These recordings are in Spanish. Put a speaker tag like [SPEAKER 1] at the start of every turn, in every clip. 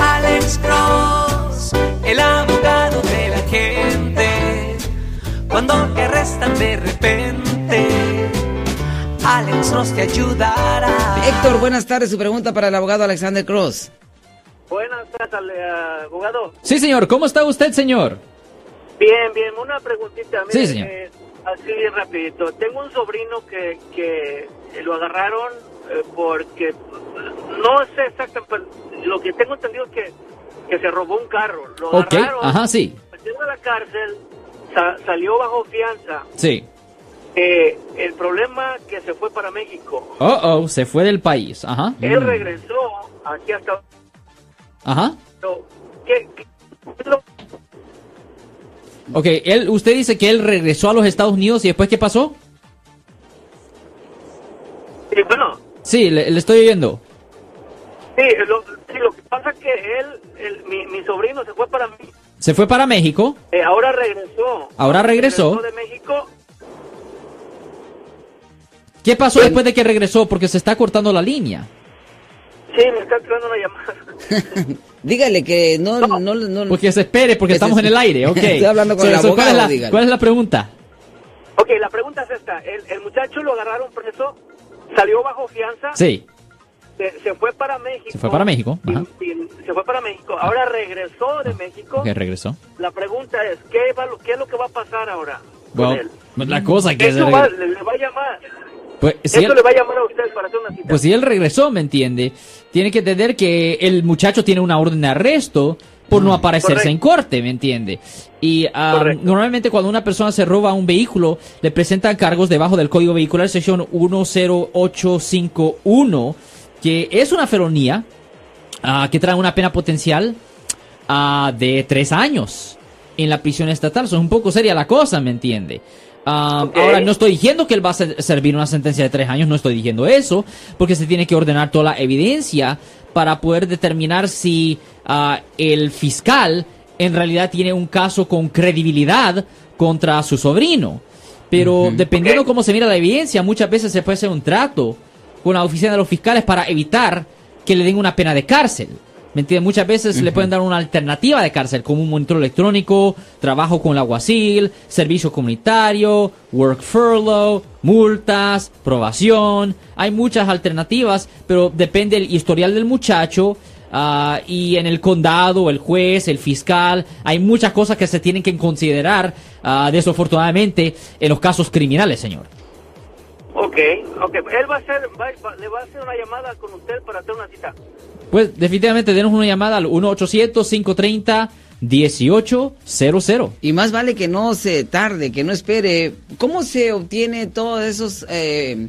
[SPEAKER 1] Alex Cross, el abogado de la gente. Cuando te arrestan de repente, Alex Cross te ayudará.
[SPEAKER 2] Héctor, buenas tardes. Su pregunta para el abogado Alexander Cross.
[SPEAKER 3] Buenas tardes, ale- ah, abogado.
[SPEAKER 4] Sí, señor. ¿Cómo está usted, señor?
[SPEAKER 3] Bien, bien, una preguntita. mire,
[SPEAKER 4] Sí, señor.
[SPEAKER 3] eh, así rapidito. Tengo un sobrino que, que lo agarraron eh, porque no sé exactamente, pero lo que tengo entendido es que, que se robó un carro. Lo
[SPEAKER 4] Ok.
[SPEAKER 3] agarraron,
[SPEAKER 4] Ajá, sí.
[SPEAKER 3] metió a la cárcel, sa- salió bajo fianza.
[SPEAKER 4] Sí.
[SPEAKER 3] Eh, el problema que se fue para México.
[SPEAKER 4] Oh, oh, se fue del país. Ajá.
[SPEAKER 3] Él
[SPEAKER 4] Mm.
[SPEAKER 3] regresó aquí hasta...
[SPEAKER 4] Ajá.
[SPEAKER 3] no, ¿qué- qué- qué es lo-
[SPEAKER 4] Ok, él, usted dice que él regresó a los Estados Unidos y después, ¿qué pasó?
[SPEAKER 3] eh, bueno,
[SPEAKER 4] Sí, le, le estoy oyendo.
[SPEAKER 3] Sí, lo, sí, lo que pasa es que él, el- mi, mi sobrino se fue para mí.
[SPEAKER 4] Se fue para México.
[SPEAKER 3] Eh, ahora regresó.
[SPEAKER 4] Ahora regresó.
[SPEAKER 3] de México.
[SPEAKER 4] ¿Qué pasó después de que regresó? Porque se está cortando la línea.
[SPEAKER 3] Sí, me está entrando una llamada.
[SPEAKER 2] Dígale que no, no, no, no-
[SPEAKER 4] Porque se espere, porque
[SPEAKER 2] Que
[SPEAKER 4] estamos
[SPEAKER 2] se-
[SPEAKER 4] en el aire, ok.
[SPEAKER 2] Estoy hablando con el
[SPEAKER 4] ¿cuál, es
[SPEAKER 2] abogado,
[SPEAKER 4] la,
[SPEAKER 2] dígale.
[SPEAKER 4] ¿Cuál es la pregunta?
[SPEAKER 3] Ok, la pregunta es esta. El, el muchacho lo agarraron preso, salió bajo fianza,
[SPEAKER 4] Sí,
[SPEAKER 3] se, se fue para México.
[SPEAKER 4] Se fue para México,
[SPEAKER 3] Y-
[SPEAKER 4] ajá. Ah.
[SPEAKER 3] y se fue para México. Ahora regresó de México.
[SPEAKER 4] ok, regresó.
[SPEAKER 3] La pregunta es, ¿qué, va, qué es lo que va a pasar ahora con
[SPEAKER 4] Bueno,
[SPEAKER 3] él?
[SPEAKER 4] la cosa que...
[SPEAKER 3] Eso va- le, le va a llamar.
[SPEAKER 4] Pues, si
[SPEAKER 3] Eso
[SPEAKER 4] él-
[SPEAKER 3] le va a llamar a ustedes para hacer una cita.
[SPEAKER 4] Pues si él regresó, ¿me entiende? Tiene que entender que el muchacho tiene una orden de arresto por no aparecerse
[SPEAKER 3] Mm, Correcto.
[SPEAKER 4] en corte, ¿me entiende? Y ah,
[SPEAKER 3] Correcto.
[SPEAKER 4] normalmente cuando una persona se roba un vehículo, le presentan cargos debajo del Código Vehicular Sección 10851, que es una felonía ah, que trae una pena potencial ah, de tres años en la prisión estatal. Eso es un poco seria la cosa, ¿me entiende? Ah,
[SPEAKER 3] Ok.
[SPEAKER 4] Ahora, no estoy diciendo que él va a ser- servir una sentencia de tres años, no estoy diciendo eso, porque se tiene que ordenar toda la evidencia para poder determinar si ah, el fiscal en realidad tiene un caso con credibilidad contra su sobrino. Pero dependiendo
[SPEAKER 3] Ok.
[SPEAKER 4] cómo se mira la evidencia, muchas veces se puede hacer un trato con la oficina de los fiscales para evitar que le den una pena de cárcel. ¿Me entiendes? Muchas veces le pueden dar una alternativa de cárcel, como un monitor electrónico, trabajo con el aguacil, servicio comunitario, work furlough, multas, probación. Hay muchas alternativas, pero depende del historial del muchacho. ah, y en el condado, el juez, el fiscal, hay muchas cosas que se tienen que considerar, ah, desafortunadamente, en los casos criminales, señor.
[SPEAKER 3] Ok, ok. Él va a hacer, va- va- le va a hacer una llamada con usted para hacer una cita.
[SPEAKER 4] Pues definitivamente denos una llamada al 1-800-530-1800.
[SPEAKER 2] Y más vale que no se tarde, que no espere. ¿Cómo se obtiene todas esas eh,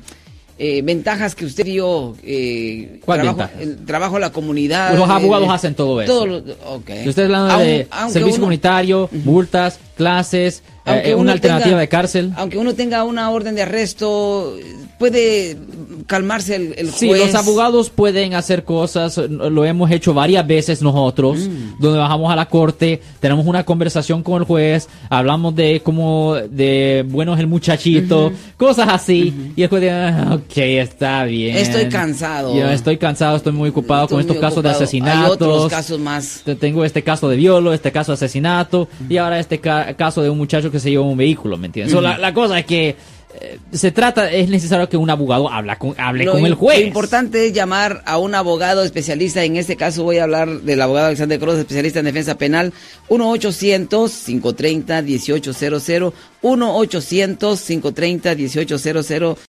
[SPEAKER 2] ventajas que usted dio? Eh,
[SPEAKER 4] ¿Cuál
[SPEAKER 2] trabajo,
[SPEAKER 4] ventajas?
[SPEAKER 2] el trabajo a la comunidad.
[SPEAKER 4] Los abogados
[SPEAKER 2] eh,
[SPEAKER 4] hacen todo eso.
[SPEAKER 2] lo- ok.
[SPEAKER 4] Si usted está hablando de
[SPEAKER 2] Eh, Aun- aunque
[SPEAKER 4] servicio
[SPEAKER 2] uno-
[SPEAKER 4] comunitario, multas, clases,
[SPEAKER 2] aunque
[SPEAKER 4] eh,
[SPEAKER 2] uno
[SPEAKER 4] una alternativa
[SPEAKER 2] tenga-
[SPEAKER 4] de cárcel.
[SPEAKER 2] Aunque uno tenga una orden de arresto, puede calmarse el, el
[SPEAKER 4] Sí,
[SPEAKER 2] juez.
[SPEAKER 4] los abogados pueden hacer cosas, lo hemos hecho varias veces nosotros,
[SPEAKER 2] Mm.
[SPEAKER 4] donde bajamos a la corte, tenemos una conversación con el juez, hablamos de cómo de bueno es el muchachito, cosas así, y el juez dice, "Ah, ok, está bien.
[SPEAKER 2] Estoy cansado.
[SPEAKER 4] Yo estoy cansado, estoy muy ocupado
[SPEAKER 2] Estoy
[SPEAKER 4] con estos
[SPEAKER 2] muy
[SPEAKER 4] casos
[SPEAKER 2] ocupado.
[SPEAKER 4] de asesinatos.
[SPEAKER 2] Hay otros casos más.
[SPEAKER 4] Te- Tengo este caso de violo, este caso de asesinato y ahora este ca- caso de un muchacho que se llevó un vehículo, ¿me entiendes? So, la, la cosa es que eh, se trata, es necesario que un abogado habla con, hable
[SPEAKER 2] Lo
[SPEAKER 4] con el
[SPEAKER 2] im-
[SPEAKER 4] juez.
[SPEAKER 2] Lo importante es llamar a un abogado especialista. En este caso voy a hablar del abogado Alexander Cruz, especialista en defensa penal. 1-800-530-1800. 1-800-530-1800.